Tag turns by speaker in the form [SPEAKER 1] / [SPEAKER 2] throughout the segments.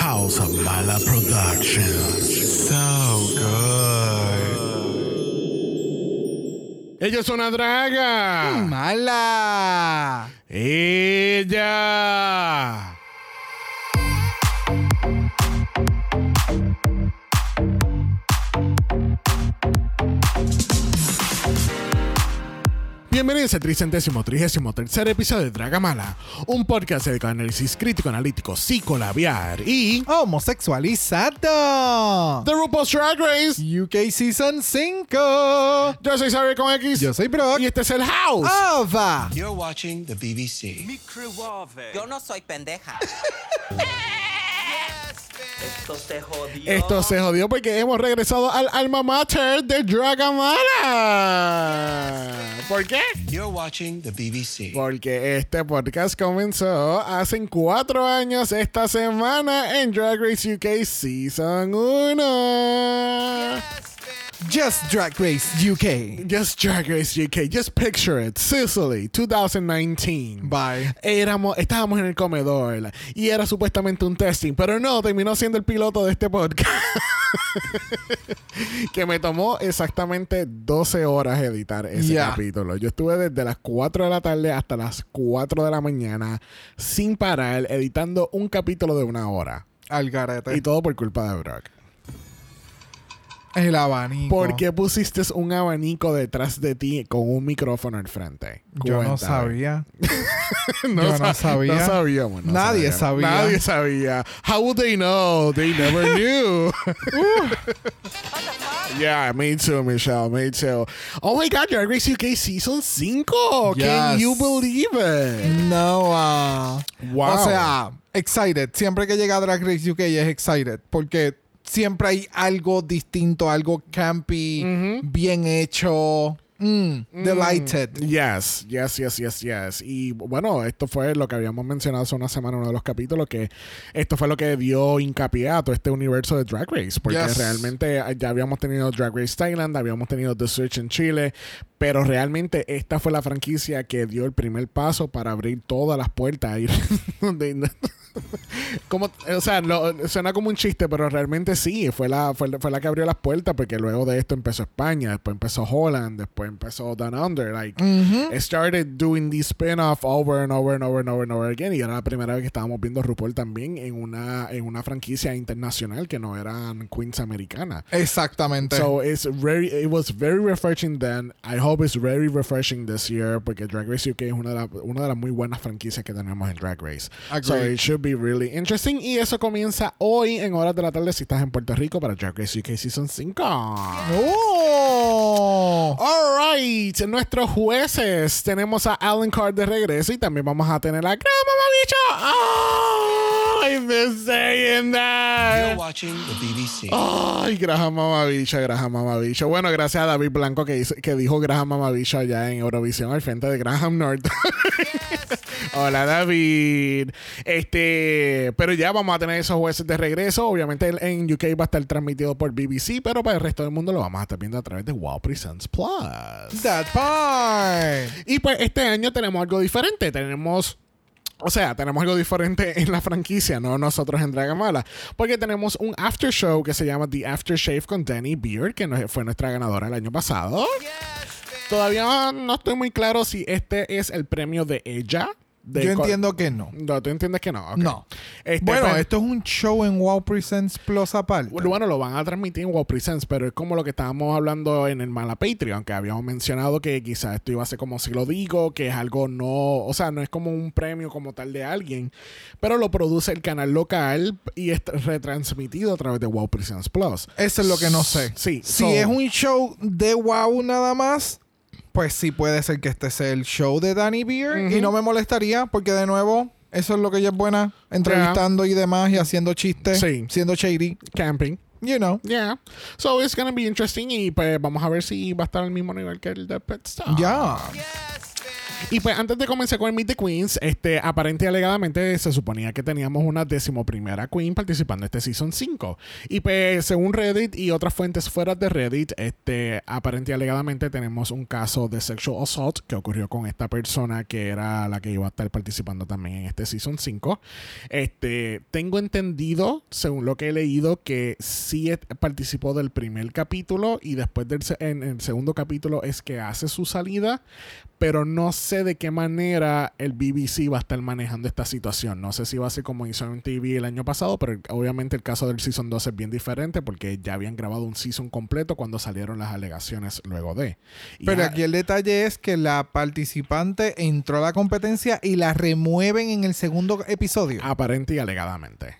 [SPEAKER 1] Zambala Productions. So good. Ella es una draga.
[SPEAKER 2] Mala.
[SPEAKER 1] Ella. Bienvenidos al tricentésimo, trigésimo tercer episodio de Dragamala, un podcast dedicado a análisis crítico, analítico, psicolabiar y
[SPEAKER 2] Homosexualizado.
[SPEAKER 1] The RuPaul's Drag Race.
[SPEAKER 2] UK Season 5.
[SPEAKER 1] Yo soy Xavier con X.
[SPEAKER 2] Yo soy Brock.
[SPEAKER 1] Y este es el House.
[SPEAKER 2] Ava.
[SPEAKER 3] You're watching the BBC.
[SPEAKER 4] Yo no soy pendeja. Esto se jodió.
[SPEAKER 1] Esto se jodió porque hemos regresado al alma mater de Dragamala. ¿Por qué?
[SPEAKER 3] You're watching the BBC.
[SPEAKER 1] Porque este podcast comenzó hace cuatro años esta semana en Drag Race UK Season 1.
[SPEAKER 2] Just Drag Race UK.
[SPEAKER 1] Just Drag Race UK, just picture it, Sicily, 2019.
[SPEAKER 2] Bye.
[SPEAKER 1] Éramos, estábamos en el comedor y era supuestamente un testing, pero no, terminó siendo el piloto de este podcast. que me tomó exactamente 12 horas editar ese
[SPEAKER 2] Yeah.
[SPEAKER 1] capítulo. Yo estuve desde las 4 de la tarde hasta las 4 de la mañana sin parar editando un capítulo de una hora.
[SPEAKER 2] Al
[SPEAKER 1] Y
[SPEAKER 2] garete.
[SPEAKER 1] todo por culpa de Brock.
[SPEAKER 2] El abanico.
[SPEAKER 1] ¿Por qué pusiste un abanico detrás de ti con un micrófono al frente?
[SPEAKER 2] Yo no
[SPEAKER 1] Cuéntame.
[SPEAKER 2] sabía.
[SPEAKER 1] No
[SPEAKER 2] Yo no
[SPEAKER 1] sa-
[SPEAKER 2] sabía.
[SPEAKER 1] No sabíamos. no
[SPEAKER 2] Nadie sabía.
[SPEAKER 1] Nadie sabía. How would they know? They never knew. yeah, me too, Michelle. Me too. Oh my God, Drag Race UK Season 5. Can
[SPEAKER 2] Yes.
[SPEAKER 1] you believe it?
[SPEAKER 2] No. ah.
[SPEAKER 1] Wow.
[SPEAKER 2] O sea, excited. Siempre que llega Drag Race UK es excited. Porque siempre hay algo distinto, algo campy, bien hecho. Mm, Delighted.
[SPEAKER 1] Yes, yes, yes, yes, yes. Y bueno, esto fue lo que habíamos mencionado hace una semana, en uno de los capítulos, que esto fue lo que dio hincapié a todo este universo de Drag Race, porque
[SPEAKER 2] Yes.
[SPEAKER 1] realmente eh, ya habíamos tenido Drag Race Thailand, habíamos tenido The Search en Chile, pero realmente esta fue la franquicia que dio el primer paso para abrir todas las puertas. Y donde- como, o sea, lo- suena como un chiste, pero realmente sí, fue la, fue, la- fue la que abrió las puertas, porque luego de esto empezó España, después empezó Holland, después empezó Down Under, like, it started doing these spin-off over and over and over and over and over again, y era la primera vez que estábamos viendo RuPaul también en una, en una franquicia internacional que no eran queens americanas.
[SPEAKER 2] Exactamente.
[SPEAKER 1] So it's very, it was very refreshing then. I hope it's very refreshing this year porque Drag Race UK es una de, la- una de las muy buenas franquicias que tenemos en Drag Race. So
[SPEAKER 2] Agreed.
[SPEAKER 1] it should be really interesting. Y eso comienza hoy en horas de la tarde si estás en Puerto Rico para Drag Race UK Season 5.
[SPEAKER 2] ¡Oh!
[SPEAKER 1] Alright, nuestros jueces. Tenemos a Alan Carr de regreso y también vamos a tener a Gran Mamabicho. Oh, I've been saying that.
[SPEAKER 3] You're watching the BBC.
[SPEAKER 1] Ay, Graham Mamabicho, Graham Mamabicho. Bueno, gracias a David Blanco que, hizo- que dijo Graham Mamabicho allá en Eurovisión al frente de Graham Norton. Hola, David. Este, pero ya vamos a tener esos jueces de regreso. Obviamente el- en UK va a estar transmitido por BBC, pero para el resto del mundo lo vamos a estar viendo a través de Wow Presents Plus.
[SPEAKER 2] That part.
[SPEAKER 1] Y pues este año tenemos algo diferente. Tenemos. O sea, tenemos algo diferente en la franquicia, no nosotros en Dragamala. Porque tenemos un after show que se llama The Aftershave con Danny Beard, que no- fue nuestra ganadora el año pasado. Todavía no estoy muy claro si este es el premio de ella. de
[SPEAKER 2] Yo
[SPEAKER 1] co-
[SPEAKER 2] entiendo que no.
[SPEAKER 1] No, tú entiendes que no. ok.
[SPEAKER 2] No.
[SPEAKER 1] Este,
[SPEAKER 2] bueno,
[SPEAKER 1] pues-
[SPEAKER 2] esto es un show en Wow Presents Plus aparte.
[SPEAKER 1] bueno, bueno, lo van a transmitir en Wow Presents, pero es como lo que estábamos hablando en el Mala Patreon, que habíamos mencionado que quizás esto iba a ser como si lo digo, que es algo no, o sea, no es como un premio como tal de alguien, pero lo produce el canal local y es retransmitido a través de Wow Presents Plus.
[SPEAKER 2] Eso es lo que no sé.
[SPEAKER 1] Sí,
[SPEAKER 2] Si
[SPEAKER 1] so-
[SPEAKER 2] es un show de Wow nada más, pues sí puede ser que este sea el show de Danny Beer. Y no me molestaría porque, de nuevo, eso es lo que ella es buena. Entrevistando y demás y haciendo chistes.
[SPEAKER 1] Sí.
[SPEAKER 2] Siendo shady.
[SPEAKER 1] Camping.
[SPEAKER 2] You know.
[SPEAKER 1] Yeah. So it's gonna be Ah. interesting y pues vamos a ver si va a estar al mismo nivel que el de Pet Stop.
[SPEAKER 2] Ya.
[SPEAKER 1] Y pues antes de comenzar con el Meet the Queens, este, aparente y alegadamente se suponía que teníamos una decimoprimera Queen participando en este Season 5. Y pues según Reddit y otras fuentes fuera de Reddit, este, aparente y alegadamente tenemos un caso de sexual assault que ocurrió con esta persona que era la que iba a estar participando también en este Season 5. Este, tengo entendido, según lo que he leído, que sí eh, participó del primer capítulo y después del se- en el segundo capítulo es que hace su salida, pero no sé de qué manera el BBC va a estar manejando esta situación. No sé si va a ser como hizo en TV el año pasado, pero el- obviamente el caso del Season 2 es bien diferente porque ya habían grabado un Season completo cuando salieron las alegaciones luego de. Y
[SPEAKER 2] Pero
[SPEAKER 1] a-
[SPEAKER 2] aquí el detalle es que la participante entró a la competencia y la remueven en el segundo episodio.
[SPEAKER 1] Aparente y alegadamente.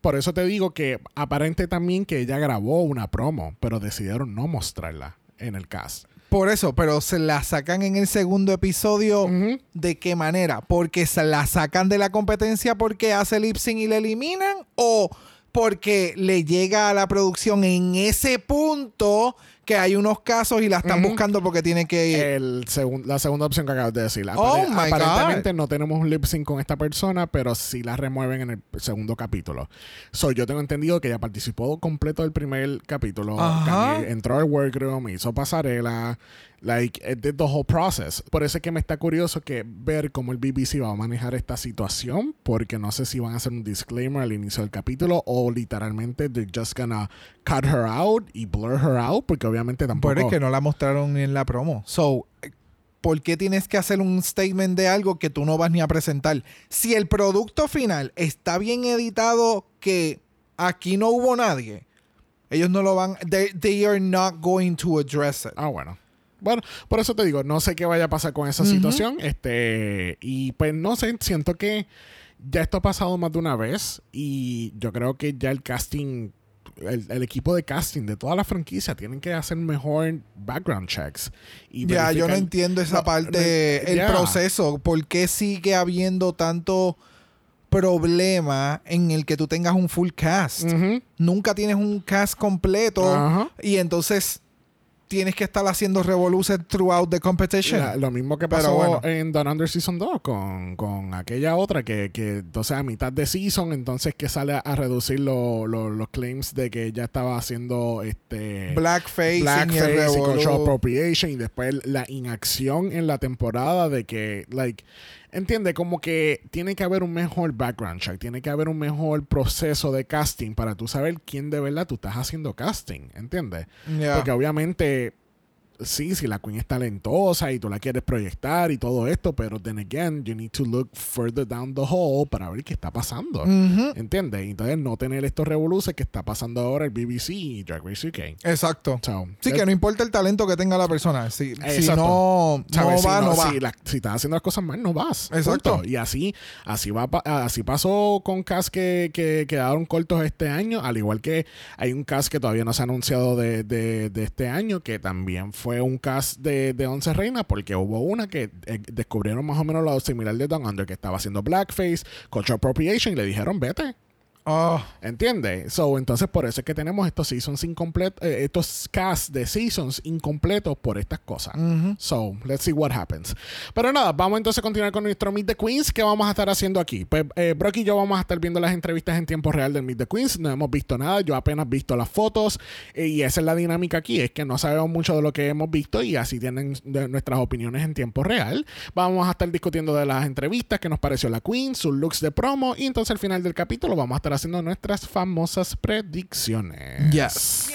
[SPEAKER 1] Por eso te digo que aparente también que ella grabó una promo, pero decidieron no mostrarla en el cast.
[SPEAKER 2] Por eso, pero se la sacan en el segundo episodio.
[SPEAKER 1] Ujú.
[SPEAKER 2] ¿De qué manera? ¿Porque se la sacan de la competencia porque hace lip sync y la eliminan? ¿O porque le llega a la producción en ese punto que hay unos casos y la están
[SPEAKER 1] Ujú.
[SPEAKER 2] buscando porque tiene que ir?
[SPEAKER 1] El segun- la segunda opción que acabas de decir.
[SPEAKER 2] Oh, my God.
[SPEAKER 1] aparentemente no tenemos un lip sync con esta persona, pero sí la remueven en el segundo capítulo. So, yo tengo entendido que ella participó completo del primer capítulo.
[SPEAKER 2] Ajá.
[SPEAKER 1] cambió- Entró al workroom, hizo pasarela. Like, it did the whole process. Por eso es que me está curioso que ver cómo el BBC va a manejar esta situación, porque no sé si van a hacer un disclaimer al inicio del capítulo o literalmente they're just gonna cut her out y blur her out, porque obviamente tampoco.
[SPEAKER 2] Pero es que no la mostraron ni en la promo. So, ¿por qué tienes que hacer un statement de algo que tú no vas ni a presentar? Si el producto final está bien editado, que aquí no hubo nadie, ellos no lo van. They, they are not going to address it.
[SPEAKER 1] Ah, bueno. Bueno, por eso te digo, no sé qué vaya a pasar con esa situación. Este, y pues no sé, siento que ya esto ha pasado más de una vez. Y yo creo que ya el casting, el, el equipo de casting de toda la franquicia tienen que hacer mejor background checks. Y
[SPEAKER 2] Ya, yo no
[SPEAKER 1] verificar-
[SPEAKER 2] entiendo esa
[SPEAKER 1] No,
[SPEAKER 2] parte,
[SPEAKER 1] no,
[SPEAKER 2] el
[SPEAKER 1] ya.
[SPEAKER 2] proceso. ¿Por qué sigue habiendo tanto problema en el que tú tengas un full cast?
[SPEAKER 1] Ujú.
[SPEAKER 2] Nunca tienes un cast completo
[SPEAKER 1] Ajá.
[SPEAKER 2] y entonces tienes que estar haciendo revoluciones throughout the competition.
[SPEAKER 1] La- lo mismo que
[SPEAKER 2] Pero
[SPEAKER 1] pasó
[SPEAKER 2] bueno.
[SPEAKER 1] en Down Under Season 2 con, con aquella otra que, que entonces a mitad de season entonces que sale a, a reducir lo- lo- los claims de que ya estaba haciendo este
[SPEAKER 2] Blackface, y, el
[SPEAKER 1] blackface y
[SPEAKER 2] revolú.
[SPEAKER 1] cultural appropriation y después la inacción en la temporada de que like entiende como que tiene que haber un mejor background check tiene que haber un mejor proceso de casting para tú saber quién de verdad tú estás haciendo casting ¿entiendes?
[SPEAKER 2] Ya.
[SPEAKER 1] porque obviamente sí si la queen es talentosa y tú la quieres proyectar y todo esto pero then again you need to look further down the hole para ver qué está pasando
[SPEAKER 2] Ujú.
[SPEAKER 1] ¿entiendes? entonces no tener estos revoluces que está pasando ahora el BBC y Drag Race UK
[SPEAKER 2] Exacto.
[SPEAKER 1] So,
[SPEAKER 2] Sí,
[SPEAKER 1] eh,
[SPEAKER 2] que no importa el talento que tenga la persona. Si, si
[SPEAKER 1] Exacto.
[SPEAKER 2] no,
[SPEAKER 1] ¿sabes?
[SPEAKER 2] no va,
[SPEAKER 1] si,
[SPEAKER 2] no, va.
[SPEAKER 1] Si, la- si estás haciendo las cosas mal, no vas.
[SPEAKER 2] Exacto.
[SPEAKER 1] Punto. Y así, así, va, pa- así pasó con cast que, que quedaron cortos este año, al igual que hay un cast que todavía no se ha anunciado de, de- de este año, que también fue un cast de, de Once Reinas, porque hubo una que eh, descubrieron más o menos lo similar de Don Under, que estaba haciendo blackface, cultural appropriation, y le dijeron, vete.
[SPEAKER 2] Oh.
[SPEAKER 1] ¿Entiendes? So, entonces por eso es que tenemos estos seasons incompletos, eh, estos casts de seasons incompletos por estas cosas. So, let's see what happens. Pero nada, vamos entonces a continuar con nuestro Meet the Queens. ¿Qué vamos a estar haciendo aquí? Pues eh, Brock y yo vamos a estar viendo las entrevistas en tiempo real del Meet the Queens. No hemos visto nada, yo apenas visto las fotos. eh, y esa es la dinámica aquí, es que no sabemos mucho de lo que hemos visto y así tienen de- nuestras opiniones en tiempo real. Vamos a estar discutiendo de las entrevistas, que nos pareció la Queen, sus looks de promo. Y entonces al final del capítulo vamos a estar haciendo nuestras famosas predicciones.
[SPEAKER 2] Yes.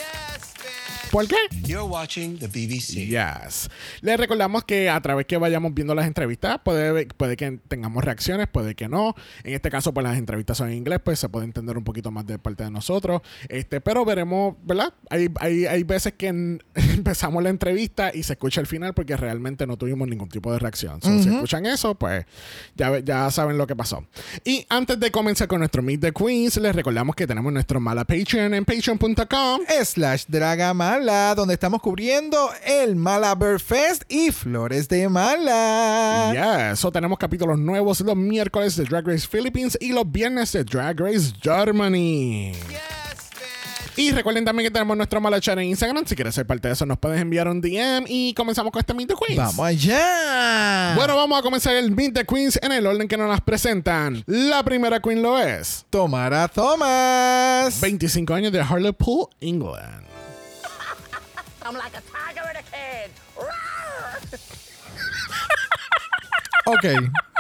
[SPEAKER 1] ¿Por qué?
[SPEAKER 3] You're watching the BBC.
[SPEAKER 1] Yes. Les recordamos que a través que vayamos viendo las entrevistas, puede, puede que tengamos reacciones, puede que no. En este caso, pues las entrevistas son en inglés, pues se puede entender un poquito más de parte de nosotros. Este, pero veremos, ¿verdad? Hay, hay, hay veces que en- empezamos la entrevista y se escucha el final porque realmente no tuvimos ningún tipo de reacción. So, Si escuchan eso, pues ya, ve- ya saben lo que pasó. Y antes de comenzar con nuestro Meet the Queens, les recordamos que tenemos nuestro mala Patreon en patreon.com.
[SPEAKER 2] Slash Dragamala, donde estamos cubriendo el Malabar Fest y Flores de Mala.
[SPEAKER 1] Ya, eso tenemos capítulos nuevos los miércoles de Drag Race Philippines y los viernes de Drag Race Germany. Y recuerden también que tenemos nuestro Mala Chat en Instagram. Si quieres ser parte de eso, nos puedes enviar un DM y comenzamos con este Meet the Queens.
[SPEAKER 2] Vamos allá.
[SPEAKER 1] Bueno, vamos a comenzar el Meet the Queens en el orden que nos las presentan. La primera Queen lo es.
[SPEAKER 2] Tomara Thomas.
[SPEAKER 1] 25 años de Hartlepool, England.
[SPEAKER 5] I'm like a tiger in a cage.
[SPEAKER 2] Ok.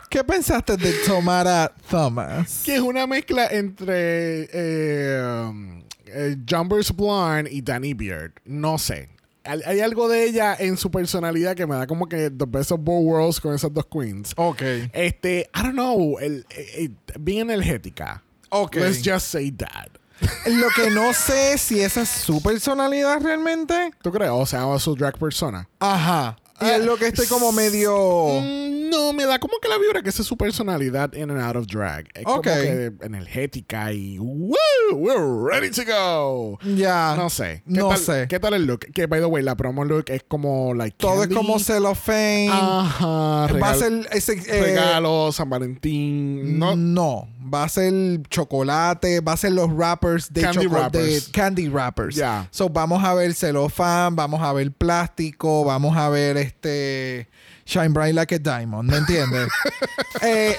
[SPEAKER 2] ¿Qué pensaste de Tomara Thomas?
[SPEAKER 1] Que es una mezcla entre eh, um, eh, John Burns Blonde y Danny Beard. No sé. Hay, hay algo de ella en su personalidad que me da como que The Best of Both Worlds con esas dos queens. Oh,
[SPEAKER 2] Ok.
[SPEAKER 1] Este, I don't know. el- eh, eh, bien energética.
[SPEAKER 2] Ok.
[SPEAKER 1] Let's just say that.
[SPEAKER 2] Pues Lo que no sé es si esa es su personalidad realmente.
[SPEAKER 1] ¿Tú crees? O sea, o su drag persona.
[SPEAKER 2] Ajá. Y es lo que estoy como medio.
[SPEAKER 1] Ah. Mm, No, me da como que la vibra que esa es su personalidad in and out of drag. Es como
[SPEAKER 2] Ok.
[SPEAKER 1] que energética y "Woo, we're ready to go.
[SPEAKER 2] Ya.
[SPEAKER 1] No sé. ¿Qué
[SPEAKER 2] Ah, No
[SPEAKER 1] tal,
[SPEAKER 2] sé.
[SPEAKER 1] ¿Qué tal el look? Que, by the way, la promo look es como, like,
[SPEAKER 2] Todo es
[SPEAKER 1] candy.
[SPEAKER 2] como cellophane.
[SPEAKER 1] Ajá.
[SPEAKER 2] va a
[SPEAKER 1] Ah. regal-
[SPEAKER 2] ser ese, eh, Mm.
[SPEAKER 1] regalo, San Valentín.
[SPEAKER 2] No.
[SPEAKER 1] No,
[SPEAKER 2] va a ser chocolate, va a ser los wrappers de
[SPEAKER 1] Candy
[SPEAKER 2] chocolate,
[SPEAKER 1] wrappers.
[SPEAKER 2] candy wrappers.
[SPEAKER 1] Ya.
[SPEAKER 2] So vamos a ver celofán, vamos a ver plástico, vamos a ver este shine bright like a diamond, ¿me entiendes? Eh,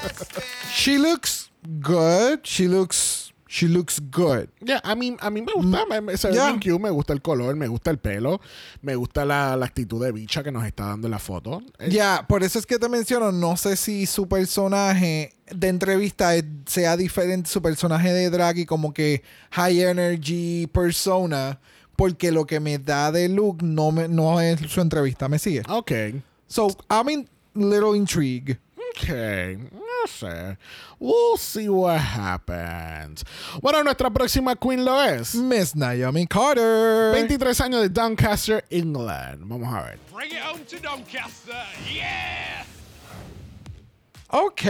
[SPEAKER 2] she looks good, she looks she looks good.
[SPEAKER 1] Ya, a, mí, a mí me gusta, me, me- se ve
[SPEAKER 2] Mm. Ya.
[SPEAKER 1] bien cute, me gusta el color, me gusta el pelo, me gusta la, la actitud de bicha que nos está dando en la foto. Eh,
[SPEAKER 2] Ya, por eso es que te menciono, no sé si su personaje de entrevista es- sea diferente, su personaje de drag y como que high energy persona, porque lo que me da de look no, me, no es su entrevista, me sigue.
[SPEAKER 1] Ok,
[SPEAKER 2] So, I'm in little intrigue.
[SPEAKER 1] ok, no sé. We'll see what happens. Bueno, nuestra próxima queen lo es.
[SPEAKER 2] Miss Naomi Carter.
[SPEAKER 1] 23 años de Doncaster, England. Vamos a ver.
[SPEAKER 6] Bring it home to Doncaster. Yeah!
[SPEAKER 2] Ok.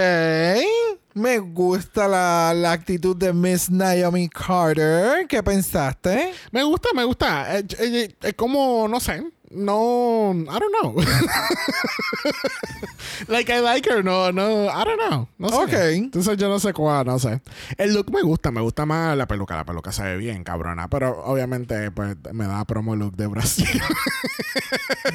[SPEAKER 2] Me gusta la, la actitud de Miss Naomi Carter. ¿Qué pensaste?
[SPEAKER 1] Me gusta, me gusta. Eh, eh, eh, Es como, no sé. No, I don't know. like I like her, no, no, I don't know. No sé.
[SPEAKER 2] Ok.
[SPEAKER 1] Entonces yo no sé cuál, no sé. El look me gusta, me gusta más la peluca. La peluca se ve bien, cabrona. Pero obviamente, pues me da promo look de Brasil.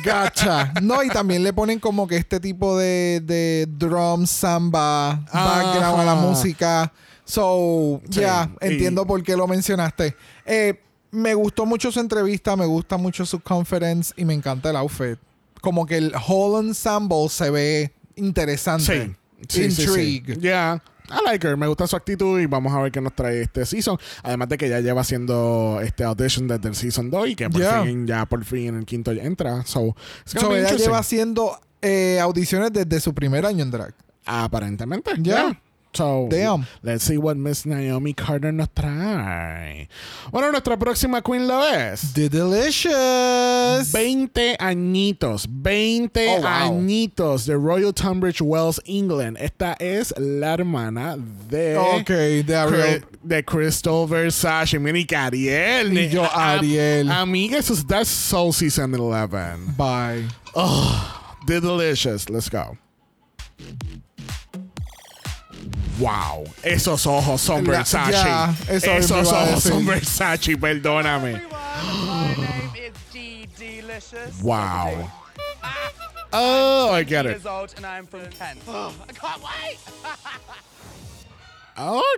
[SPEAKER 2] Gacha. No, y también le ponen como que este tipo de, de drum, samba, background a la música. So,
[SPEAKER 1] Sí,
[SPEAKER 2] ya,
[SPEAKER 1] y-
[SPEAKER 2] entiendo por qué lo mencionaste. Eh, me gustó mucho su entrevista, me gusta mucho su conference y me encanta el outfit. Como que el whole ensemble se ve interesante.
[SPEAKER 1] Sí. Sí, sí,
[SPEAKER 2] Intrigue.
[SPEAKER 1] sí. Yeah. I like her, me gusta su actitud y vamos a ver qué nos trae este season. Además de que ya lleva haciendo este audition desde el season 2 y que por
[SPEAKER 2] Yeah.
[SPEAKER 1] fin, ya por fin en el quinto entra. So, it's gonna be
[SPEAKER 2] So, ella
[SPEAKER 1] interesting.
[SPEAKER 2] lleva haciendo eh, audiciones desde su primer año en drag.
[SPEAKER 1] Aparentemente.
[SPEAKER 2] Ya.
[SPEAKER 1] So,
[SPEAKER 2] Damn.
[SPEAKER 1] let's see what Miss Naomi Carter nos trae. Bueno, nuestra próxima queen lo es.
[SPEAKER 2] The Delicious.
[SPEAKER 1] 20 añitos, 20
[SPEAKER 2] Oh, wow.
[SPEAKER 1] añitos de Royal Tunbridge Wells, England. Esta es la hermana de
[SPEAKER 2] Ok, de Ariel.
[SPEAKER 1] Cri- de Crystal Versace. Mira, y que Ariel.
[SPEAKER 2] Y yo,
[SPEAKER 1] Am-
[SPEAKER 2] Ariel.
[SPEAKER 1] Amiga, eso es That's Soul Season 11.
[SPEAKER 2] Bye.
[SPEAKER 1] The Delicious. Let's go. Wow, esos ojos son
[SPEAKER 2] La-
[SPEAKER 1] Versace.
[SPEAKER 2] ya, eso mismo
[SPEAKER 1] esos
[SPEAKER 2] iba a
[SPEAKER 1] ojos son
[SPEAKER 2] decir.
[SPEAKER 1] Versace, perdóname.
[SPEAKER 6] My name is G Delicious.
[SPEAKER 1] Wow. Oh, I get it.
[SPEAKER 6] Years old and I'm from Kent. I can't wait.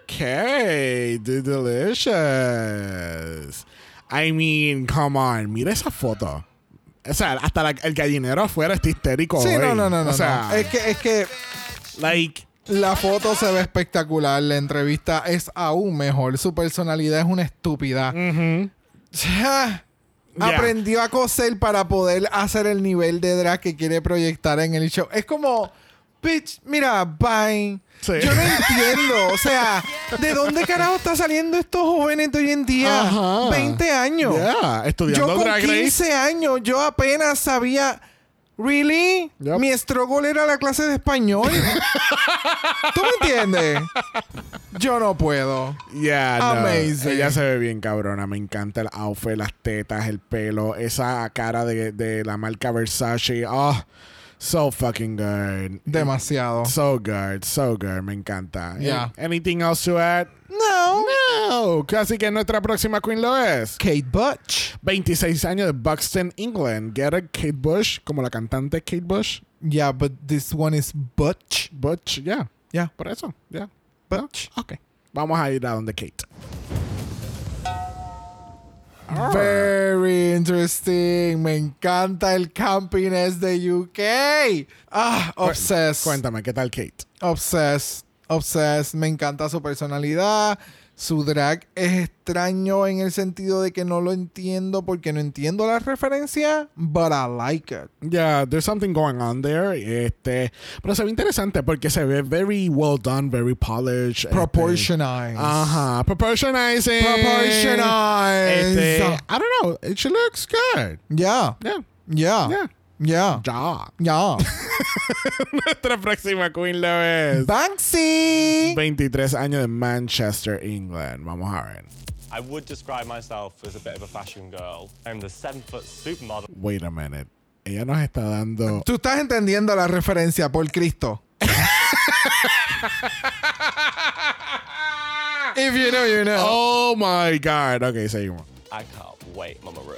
[SPEAKER 1] Okay, The Delicious. I mean, come on, mira esa foto. O sea, hasta la- el gallinero afuera está histérico.
[SPEAKER 2] Sí, no,
[SPEAKER 1] güey.
[SPEAKER 2] no, no, no.
[SPEAKER 1] O sea,
[SPEAKER 2] no. Es, que, es que
[SPEAKER 1] like,
[SPEAKER 2] la foto se ve espectacular, la entrevista es aún mejor, su personalidad es una estúpida. Ja.
[SPEAKER 1] Yeah.
[SPEAKER 2] Aprendió a coser para poder hacer el nivel de drag que quiere proyectar en el show. Es como, bitch, mira, bye.
[SPEAKER 1] Sí.
[SPEAKER 2] Yo no entiendo, o sea, ¿de dónde carajo está saliendo estos jóvenes de hoy en día?
[SPEAKER 1] Ajá.
[SPEAKER 2] 20 años.
[SPEAKER 1] yeah,
[SPEAKER 2] Yo
[SPEAKER 1] estudiando
[SPEAKER 2] con
[SPEAKER 1] Drag
[SPEAKER 2] 15
[SPEAKER 1] Race.
[SPEAKER 2] años, yo apenas sabía. ¿Really?
[SPEAKER 1] Yep.
[SPEAKER 2] Mi estrogol era la clase de español. ¿Tú me entiendes? Yo no puedo.
[SPEAKER 1] Yeah, no.
[SPEAKER 2] Amazing.
[SPEAKER 1] Ella se ve bien cabrona. Me encanta el outfit, las tetas, el pelo, esa cara de, de la marca Versace. Oh, so fucking good.
[SPEAKER 2] Demasiado.
[SPEAKER 1] So good, so good. Me encanta.
[SPEAKER 2] Yeah.
[SPEAKER 1] Anything else to add?
[SPEAKER 2] No.
[SPEAKER 1] No. Wow. Así que nuestra próxima queen lo es.
[SPEAKER 2] Kate Butch.
[SPEAKER 1] 26 años de Buxton, England. Get it, Kate Bush, como la cantante Kate Bush.
[SPEAKER 2] Yeah, but this one is Butch.
[SPEAKER 1] Butch, ya.
[SPEAKER 2] Yeah,
[SPEAKER 1] Por eso, ya.
[SPEAKER 2] Butch.
[SPEAKER 1] Ok. Vamos a ir a donde Kate.
[SPEAKER 2] Ah. Very interesting. Me encanta el campiness de UK. Ah, obsessed.
[SPEAKER 1] Cuéntame, ¿qué tal Kate?
[SPEAKER 2] Obsessed. Obsessed. Me encanta su personalidad. Su drag es extraño en el sentido de que no lo entiendo porque no entiendo la referencia, but I like it.
[SPEAKER 1] Yeah, there's something going on there. Este, pero se ve interesante porque se ve very well done, very polished. este.
[SPEAKER 2] Proportionized.
[SPEAKER 1] Ajá, proportionizing.
[SPEAKER 2] Proportionized.
[SPEAKER 1] Este, I don't know, it she looks good.
[SPEAKER 2] Yeah.
[SPEAKER 1] Yeah,
[SPEAKER 2] Yeah.
[SPEAKER 1] yeah.
[SPEAKER 2] Yeah.
[SPEAKER 1] Ya.
[SPEAKER 2] Yeah.
[SPEAKER 1] Nuestra próxima queen lo es.
[SPEAKER 2] Banksy.
[SPEAKER 1] 23 años de Manchester, England. Vamos a ver.
[SPEAKER 7] I would describe myself as a bit of a fashion girl. I'm the seven foot supermodel
[SPEAKER 1] Wait a minute. Ella nos está dando.
[SPEAKER 2] Tú estás entendiendo la referencia por Cristo. If you know, you know.
[SPEAKER 1] Oh my God. Ok, seguimos.
[SPEAKER 7] I can't wait, Mama Roo.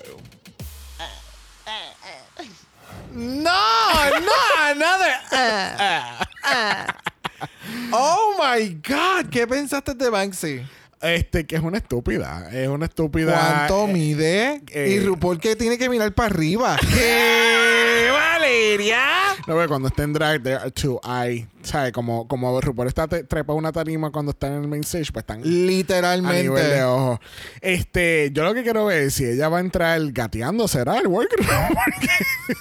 [SPEAKER 2] No, no, another. uh, uh. Oh my God, ¿qué pensaste de Banksy?
[SPEAKER 1] Este, que es una estúpida. Es una estúpida.
[SPEAKER 2] ¿Cuánto
[SPEAKER 1] Eh,
[SPEAKER 2] mide?
[SPEAKER 1] eh.
[SPEAKER 2] y RuPaul que tiene que mirar para arriba. ¿Qué, Valeria?
[SPEAKER 1] No, pero cuando está en drag, there are two eye. ¿Sabes? Como, como RuPaul está te- trepa una tarima cuando está en el main stage, pues están a nivel de
[SPEAKER 2] Literalmente.
[SPEAKER 1] ojo. Este, yo lo que quiero ver es si ella va a entrar gateando, será el workroom. Porque-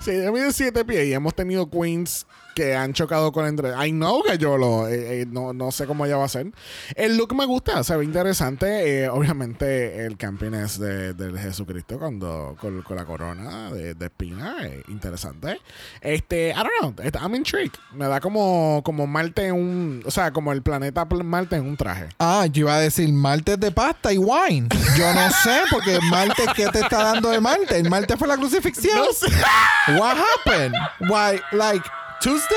[SPEAKER 1] si ella mide 7 pies y hemos tenido queens que han chocado con entre. I know que yo lo. eh, eh, no, no sé cómo ella va a ser. El look me gusta, se ve interesante. Eh, obviamente, el camping es de, del Jesucristo cuando, con, con la corona de, de espina. eh, interesante. Este, I don't know. I'm intrigued. Me da como, como Marte en un. O sea, como el planeta pl- Marte en un traje.
[SPEAKER 2] Ah, yo iba a decir martes de pasta y wine. Yo no sé, porque martes, ¿qué te está dando de martes? El martes fue la crucifixión.
[SPEAKER 1] No sé.
[SPEAKER 2] What happened? Why, like Tuesday?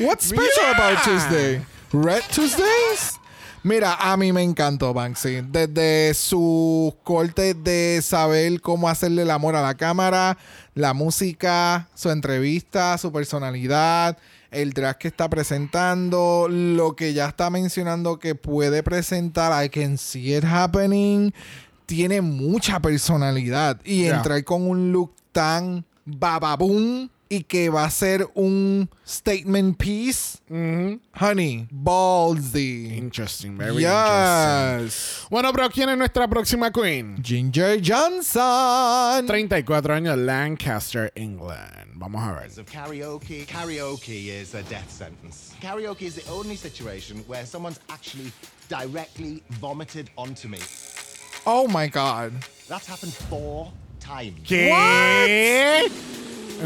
[SPEAKER 2] What's special
[SPEAKER 1] Yeah.
[SPEAKER 2] about Tuesday? Red Tuesdays? Mira, a mí me encantó Banksy. Desde sus cortes de saber cómo hacerle el amor a la cámara, la música, su entrevista, su personalidad, el drag que está presentando, lo que ya está mencionando que puede presentar, I can see it happening. Tiene mucha personalidad y
[SPEAKER 1] Yeah.
[SPEAKER 2] entra entrar con un look tan bababoom y que va a ser un statement piece. Honey, ballsy.
[SPEAKER 1] Interesting, very interesting.
[SPEAKER 2] yes.
[SPEAKER 1] Bueno, pero ¿quién es nuestra próxima queen?
[SPEAKER 2] Ginger Johnson.
[SPEAKER 1] 34 años, Lancaster, England. Vamos a ver.
[SPEAKER 3] Of karaoke, karaoke is a death sentence. Karaoke is the only situation where someone's actually directly vomited onto me.
[SPEAKER 2] Oh my God.
[SPEAKER 3] That's happened four times.
[SPEAKER 1] ¿Qué?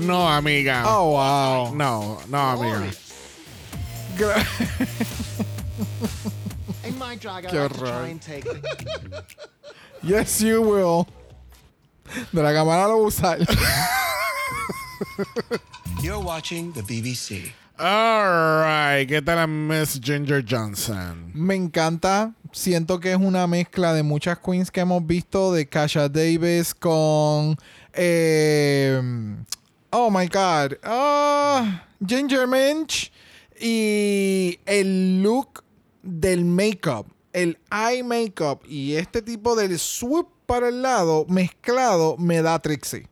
[SPEAKER 1] No, amiga.
[SPEAKER 2] Oh wow.
[SPEAKER 1] No, no, amiga.
[SPEAKER 2] Gra-
[SPEAKER 3] In my drag, I
[SPEAKER 2] Qué
[SPEAKER 3] like to
[SPEAKER 2] horror.
[SPEAKER 3] try and take the
[SPEAKER 2] yes, you will. De la cámara lo voy a usar.
[SPEAKER 3] You're watching the BBC.
[SPEAKER 1] All right. ¿Qué tal a Miss Ginger Johnson?
[SPEAKER 2] Me encanta. Siento que es una mezcla de muchas queens que hemos visto, de Kasha Davis con... eh, oh my God. ah, Ginger Minch. Y el look del makeup, el eye makeup y este tipo del swoop para el lado mezclado me da Trixie.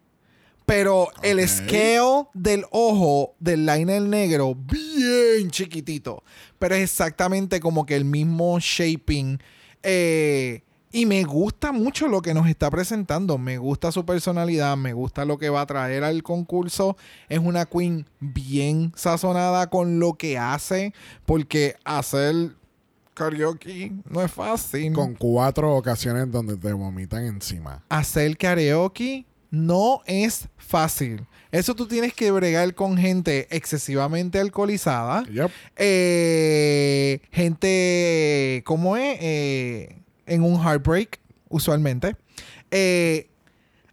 [SPEAKER 2] Pero el scale del ojo del liner negro, bien chiquitito. Pero es exactamente como que el mismo shaping. eh, y me gusta mucho lo que nos está presentando. Me gusta su personalidad. Me gusta lo que va a traer al concurso. Es una queen bien sazonada con lo que hace. Porque hacer karaoke no es fácil
[SPEAKER 1] Con cuatro ocasiones donde te vomitan encima.
[SPEAKER 2] hacer karaoke no es fácil. Eso tú tienes que bregar con gente excesivamente alcoholizada.
[SPEAKER 1] Yep.
[SPEAKER 2] Eh, gente, ¿cómo es? Eh, en un heartbreak, usualmente. Eh,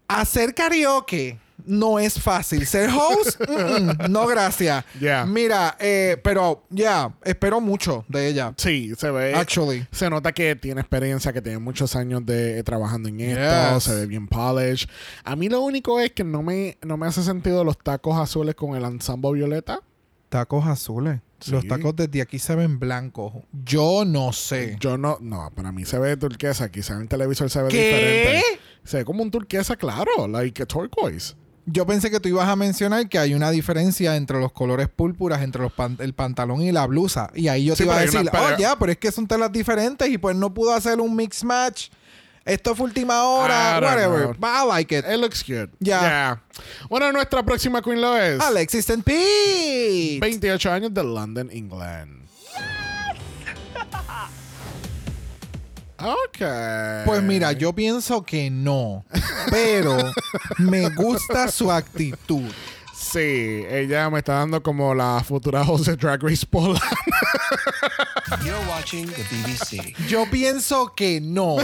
[SPEAKER 2] hacer karaoke no es fácil. Ser host, mm, mm, no gracias.
[SPEAKER 1] Yeah.
[SPEAKER 2] Mira, eh, pero ya, espero mucho de ella.
[SPEAKER 1] Sí, se ve.
[SPEAKER 2] Actually.
[SPEAKER 1] Se nota que tiene experiencia, que tiene muchos años de eh, trabajando en esto.
[SPEAKER 2] Yes.
[SPEAKER 1] Se ve bien polished. A mí lo único es que no me, no me hace sentido los tacos azules con el ensamble violeta.
[SPEAKER 2] Tacos azules. Los tacos desde aquí se ven blancos. Yo no sé.
[SPEAKER 1] Yo no, no, para mí se ve turquesa. Quizá en el televisor se ve
[SPEAKER 2] ¿Qué?
[SPEAKER 1] diferente. Se ve como un turquesa, claro, like a turquoise.
[SPEAKER 2] Yo pensé que tú ibas a mencionar que hay una diferencia entre los colores púrpuras, entre los pan- el pantalón y la blusa. Y ahí yo
[SPEAKER 1] Sí,
[SPEAKER 2] te iba a
[SPEAKER 1] pero hay una-
[SPEAKER 2] decir, oh,
[SPEAKER 1] pero-
[SPEAKER 2] ya, pero es que son telas diferentes y pues no pudo hacer un mix match. Esto fue última hora,
[SPEAKER 1] I don't
[SPEAKER 2] whatever.
[SPEAKER 1] know.
[SPEAKER 2] But I like it.
[SPEAKER 1] It looks good.
[SPEAKER 2] Ya.
[SPEAKER 1] Bueno, nuestra próxima queen lo es.
[SPEAKER 2] Alexis and Pete.
[SPEAKER 1] 28 años de London, England. Ok.
[SPEAKER 2] Pues mira, yo pienso que no, pero me gusta su actitud.
[SPEAKER 1] Sí, ella me está dando como la futura host de Drag Race Poland.
[SPEAKER 8] You're watching the BBC.
[SPEAKER 2] Yo pienso que no,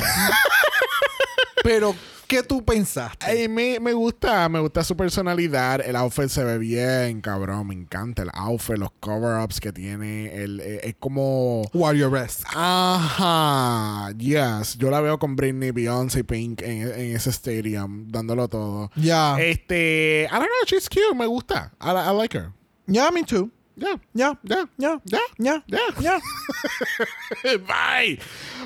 [SPEAKER 2] pero ¿qué tú pensaste?
[SPEAKER 1] Ey, me, me gusta, me gusta su personalidad. El outfit se ve bien, cabrón. Me encanta el outfit, los cover-ups que tiene. El, eh, es como.
[SPEAKER 2] Warrior Rest.
[SPEAKER 1] Ajá, yes. Yo la veo con Britney, Beyoncé, Pink en, en ese stadium, dándolo todo.
[SPEAKER 2] Ya.
[SPEAKER 1] Este, I don't know, she's cute, me gusta. I, li- I like her.
[SPEAKER 2] Yeah, me too.
[SPEAKER 1] Yeah,
[SPEAKER 2] Yeah,
[SPEAKER 1] yeah,
[SPEAKER 2] yeah,
[SPEAKER 1] yeah.
[SPEAKER 2] yeah,
[SPEAKER 1] Yeah.
[SPEAKER 2] yeah.
[SPEAKER 1] Bye.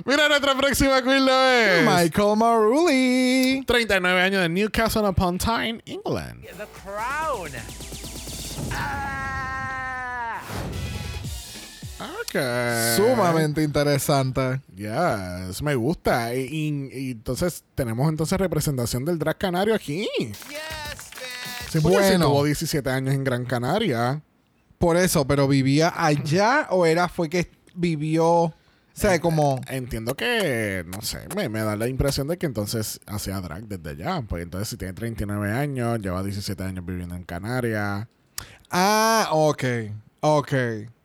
[SPEAKER 1] Mira nuestra próxima queen lo es.
[SPEAKER 2] Michael Maruli.
[SPEAKER 1] 39 años de Newcastle upon Tyne, England.
[SPEAKER 6] The crown. Ah.
[SPEAKER 1] Ok.
[SPEAKER 2] Sumamente interesante.
[SPEAKER 1] Yes, me gusta. Y, y- y entonces tenemos entonces representación del drag canario aquí. Sí, porque si
[SPEAKER 2] Bueno.
[SPEAKER 1] tuvo 17 años en Gran Canaria.
[SPEAKER 2] Por eso, pero vivía allá o era fue que vivió, o sea, como
[SPEAKER 1] Entiendo que, no sé, me, me da la impresión de que entonces hacía drag desde allá. Pues entonces si tiene 39 años, lleva 17 años viviendo en Canarias.
[SPEAKER 2] Ah, ok. Ok.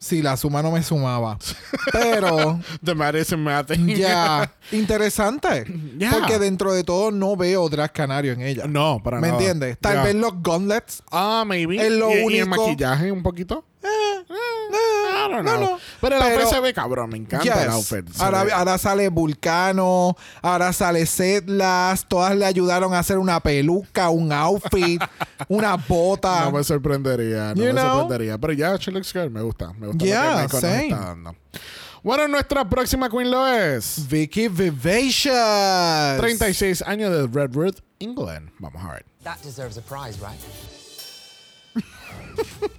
[SPEAKER 2] Sí, la suma no me sumaba. Pero
[SPEAKER 1] The Madison Math.
[SPEAKER 2] ya, interesante.
[SPEAKER 1] Ya.
[SPEAKER 2] Porque dentro de todo no veo drag canario en ella.
[SPEAKER 1] No, para
[SPEAKER 2] ¿Me
[SPEAKER 1] nada.
[SPEAKER 2] entiendes? Tal
[SPEAKER 1] Ya.
[SPEAKER 2] vez los gauntlets.
[SPEAKER 1] Ah, maybe.
[SPEAKER 2] Es
[SPEAKER 1] y,
[SPEAKER 2] lo
[SPEAKER 1] y el
[SPEAKER 2] único-
[SPEAKER 1] maquillaje un poquito.
[SPEAKER 2] eh,
[SPEAKER 1] I don't
[SPEAKER 2] no,
[SPEAKER 1] know.
[SPEAKER 2] no.
[SPEAKER 1] Pero el outfit
[SPEAKER 2] Pero-
[SPEAKER 1] se ve cabrón. Me encanta el
[SPEAKER 2] Yes.
[SPEAKER 1] outfit. Se
[SPEAKER 2] Ahora,
[SPEAKER 1] ve-
[SPEAKER 2] ahora sale Vulcano, ahora sale Setlas, todas le ayudaron a hacer una peluca, un outfit, una bota.
[SPEAKER 1] No pues, me sorprendería, no
[SPEAKER 2] Ah. You
[SPEAKER 1] me
[SPEAKER 2] know?
[SPEAKER 1] sorprendería. Pero ya, she looks good. Me gusta, me gusta lo
[SPEAKER 2] Yeah,
[SPEAKER 1] que Michael nos
[SPEAKER 2] same.
[SPEAKER 1] está dando. Bueno, nuestra próxima queen lo es.
[SPEAKER 2] Vicky Vivacious.
[SPEAKER 1] 36 años de Redwood, England. Vamos a ver.
[SPEAKER 8] That deserves a prize, right?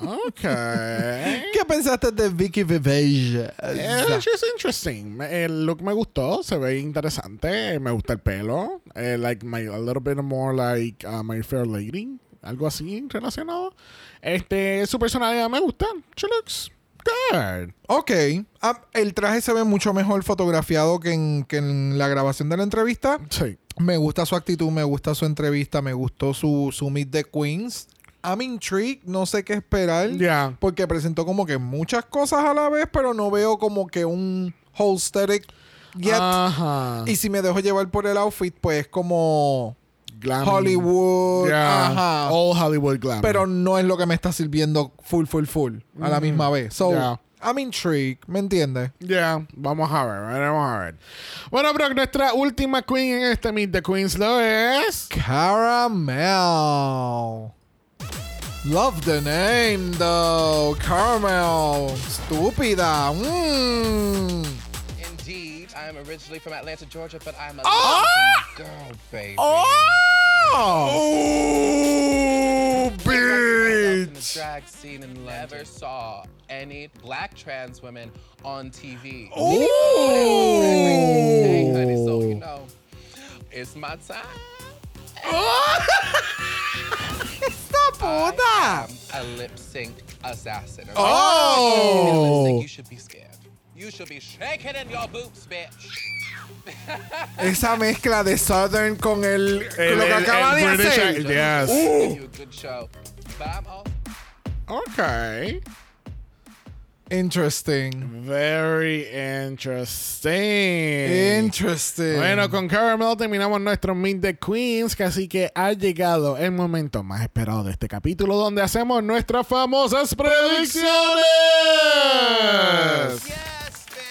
[SPEAKER 1] Ok.
[SPEAKER 2] ¿Qué pensaste de Vicky Vivacious?
[SPEAKER 1] Eh, she's interesting. Me- El look me gustó, se ve interesante. Me gusta el pelo. Eh, like my, a little bit more like uh, My Fair Lady. Algo así relacionado. Este, su personalidad me gusta. She looks good.
[SPEAKER 2] Ok, Ah, el traje se ve mucho mejor fotografiado que en, que en la grabación de la entrevista.
[SPEAKER 1] Sí.
[SPEAKER 2] Me gusta su actitud, me gusta su entrevista, me gustó su, su Meet the Queens. I'm intrigued, no sé qué esperar.
[SPEAKER 1] Yeah.
[SPEAKER 2] Porque presentó como que muchas cosas a la vez, pero no veo como que un whole aesthetic yet.
[SPEAKER 1] Ah. Ajá.
[SPEAKER 2] Y si me dejo llevar por el outfit, pues como
[SPEAKER 1] Glam.
[SPEAKER 2] Hollywood.
[SPEAKER 1] Yeah.
[SPEAKER 2] Ajá.
[SPEAKER 1] All Hollywood glam.
[SPEAKER 2] pero no es lo que me está sirviendo full, full, full a la misma vez. So,
[SPEAKER 1] Yeah.
[SPEAKER 2] I'm intrigued, ¿me entiendes?
[SPEAKER 1] Yeah, vamos a ver, vamos a ver. Bueno, Brock, nuestra última queen en este Meet the Queens lo es.
[SPEAKER 2] Caramel. Love the name though. Caramel. Estúpida. Mm.
[SPEAKER 9] Indeed, I am originally from Atlanta, Georgia, but I'm a
[SPEAKER 1] Ah!
[SPEAKER 2] Ah.
[SPEAKER 9] London girl, baby.
[SPEAKER 6] Oh,
[SPEAKER 1] ¡Oh!
[SPEAKER 9] In the
[SPEAKER 1] ¡Bitch!
[SPEAKER 9] drag scene in London. Never saw any black trans women on TV. Hey, honey, so you know, it's my time.
[SPEAKER 2] Puta.
[SPEAKER 9] I'm a lip sync assassin. okay?
[SPEAKER 1] Oh.
[SPEAKER 9] Lip sync, You should be scared. You should be shaking in your boots, bitch.
[SPEAKER 2] Esa mezcla de Southern con el, lo que
[SPEAKER 1] el-
[SPEAKER 2] acaba
[SPEAKER 1] el
[SPEAKER 2] de
[SPEAKER 1] British
[SPEAKER 2] hacer.
[SPEAKER 1] accent. Yes. Uh,
[SPEAKER 9] Give you a good show. But I'm all
[SPEAKER 1] Ok.
[SPEAKER 2] Interesting.
[SPEAKER 1] Very interesting.
[SPEAKER 2] Interesting.
[SPEAKER 1] Bueno, con Caramel terminamos nuestro Meet the Queens, que así que ha llegado el momento más esperado de este capítulo donde hacemos nuestras famosas predicciones.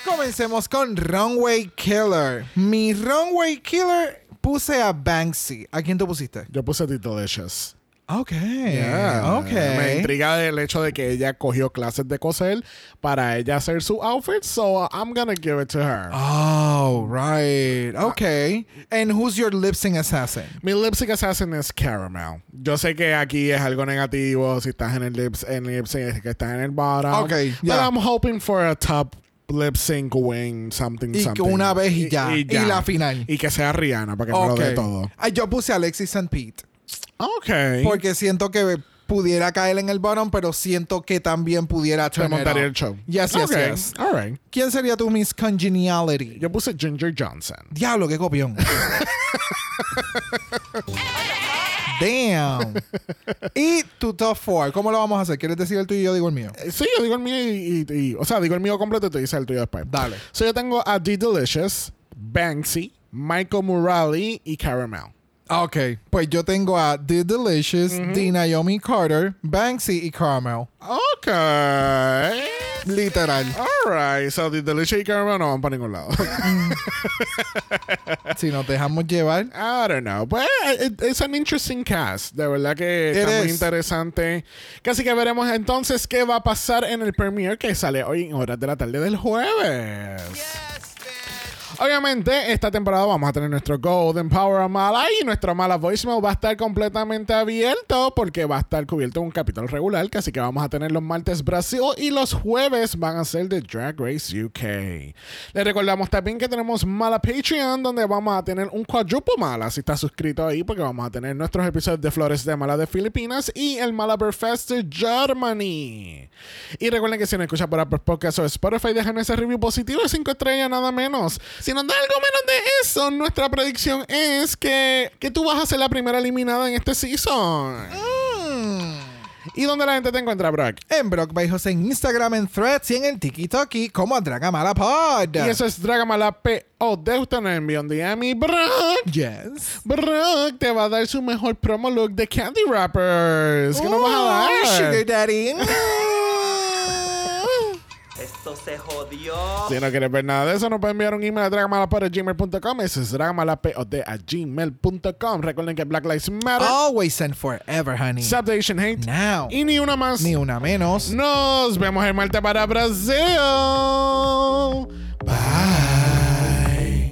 [SPEAKER 2] Comencemos con Runway Killer. Mi Runway Killer puse a Banksy. ¿A quién tú pusiste?
[SPEAKER 1] Yo puse a Tito Delicious.
[SPEAKER 2] Ok.
[SPEAKER 1] Ah,
[SPEAKER 2] Ok.
[SPEAKER 1] Me intriga el hecho de que ella cogió clases de coser para ella hacer su outfit, so uh, I'm gonna give it to her.
[SPEAKER 2] Oh, right.
[SPEAKER 1] Ah.
[SPEAKER 2] Okay. And who's your lip sync assassin?
[SPEAKER 1] Mi lipstick assassin es caramel. Yo sé que aquí es algo negativo si estás en el lips en el lip sync es que estás en el bottom.
[SPEAKER 2] Ok,
[SPEAKER 1] But
[SPEAKER 2] ya.
[SPEAKER 1] I'm hoping for a top lip sync win something
[SPEAKER 2] Y que
[SPEAKER 1] something.
[SPEAKER 2] una vez y ya. Y la final.
[SPEAKER 1] Y que sea Rihanna para que me lo dé
[SPEAKER 2] Okay.
[SPEAKER 1] todo.
[SPEAKER 2] Ah, Yo puse a Alexis St. Pete.
[SPEAKER 1] Ok.
[SPEAKER 2] Porque siento que pudiera caer en el bottom, pero siento que también pudiera
[SPEAKER 1] te
[SPEAKER 2] turn it
[SPEAKER 1] montaría
[SPEAKER 2] up.
[SPEAKER 1] el show.
[SPEAKER 2] Yes, yes,
[SPEAKER 1] Ok,
[SPEAKER 2] yes.
[SPEAKER 1] All right.
[SPEAKER 2] ¿Quién sería tu Miss Congeniality?
[SPEAKER 1] Yo puse Ginger Johnson.
[SPEAKER 2] Diablo, qué copión. Damn. Y tu top four, ¿cómo lo vamos a hacer? ¿Quieres decir el tuyo y yo digo el mío?
[SPEAKER 1] Eh, Sí, yo digo el mío y, y- y- O sea, digo el mío completo y tú dices el tuyo después.
[SPEAKER 2] Dale.
[SPEAKER 1] So yo tengo a D Delicious, Banksy, Michael Murali y Caramel.
[SPEAKER 2] Ok, pues yo tengo a The Delicious, The Naomi Carter, Banksy y Carmel.
[SPEAKER 1] Ok.
[SPEAKER 2] Literal.
[SPEAKER 1] Alright, so the delicious caramel no van para ningún lado.
[SPEAKER 2] si nos dejamos llevar.
[SPEAKER 1] I don't know, Pues, but it- it's an interesting cast. De verdad que
[SPEAKER 2] It
[SPEAKER 1] está muy
[SPEAKER 2] is.
[SPEAKER 1] interesante. Casi que veremos entonces qué va a pasar en el premiere que sale hoy en horas de la tarde del jueves. Obviamente, esta temporada vamos a tener nuestro Golden Power Amala y nuestro Amala Voicemail va a estar completamente abierto porque va a estar cubierto en un capítulo regular, que así que vamos a tener los martes Brasil y los jueves van a ser de Drag Race UK. Les recordamos también que tenemos Mala Patreon, donde vamos a tener un cuadruple Mala si estás suscrito ahí, porque vamos a tener nuestros episodios de Flores de Mala de Filipinas y el Mala Bird Fest de Germany. Y recuerden que si nos escuchan por Apple Podcasts o Spotify, déjanos ese review positivo de 5 estrellas, nada menos. Si nos da algo menos de eso, nuestra predicción es que, que tú vas a ser la primera eliminada en este season. ¿Y dónde la gente te encuentra, Brock?
[SPEAKER 2] Mm. En Brock by José en Instagram, en Threads y en el TikTok como a Dragamala Pod.
[SPEAKER 1] Y eso es Dragamala P.O.D. Usted nos envió un DM y Brock.
[SPEAKER 2] Yes.
[SPEAKER 1] Brock te va a dar su mejor promo look de Candy Wrappers. ¿Qué nos vas
[SPEAKER 2] Oh,
[SPEAKER 1] a dar?
[SPEAKER 2] Sugar Daddy. Mm.
[SPEAKER 4] Esto se jodió.
[SPEAKER 1] Si no quieres ver nada de eso, nos pueden enviar un email a dragamalapod.gmail.com. Eso es dragamalapod a gmail.com. Recuerden que Black Lives Matter,
[SPEAKER 2] Always and forever, honey.
[SPEAKER 1] Subdation Hate
[SPEAKER 2] Now.
[SPEAKER 1] y ni una más.
[SPEAKER 2] Ni una menos.
[SPEAKER 1] Nos vemos el martes para Brasil. Bye.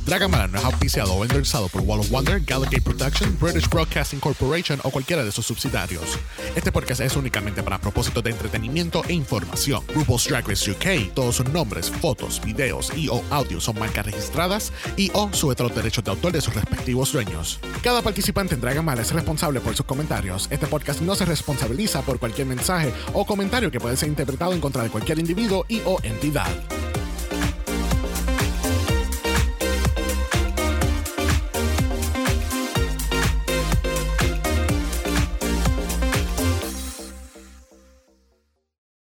[SPEAKER 1] Dragamala no es auspiciado o endorsado por Wall of Wonder, Gallagher Production, British Broadcasting Corporation o cualquiera de sus subsidiarios. Este podcast es únicamente para propósitos de entretenimiento e información. RuPaul's Drag Race UK, todos sus nombres, fotos, videos y o audios son marcas registradas y o sujetos a los derechos de autor de sus respectivos dueños. Cada participante en Dragamala es responsable por sus comentarios. Este podcast no se responsabiliza por cualquier mensaje o comentario que pueda ser interpretado en contra de cualquier individuo y o entidad.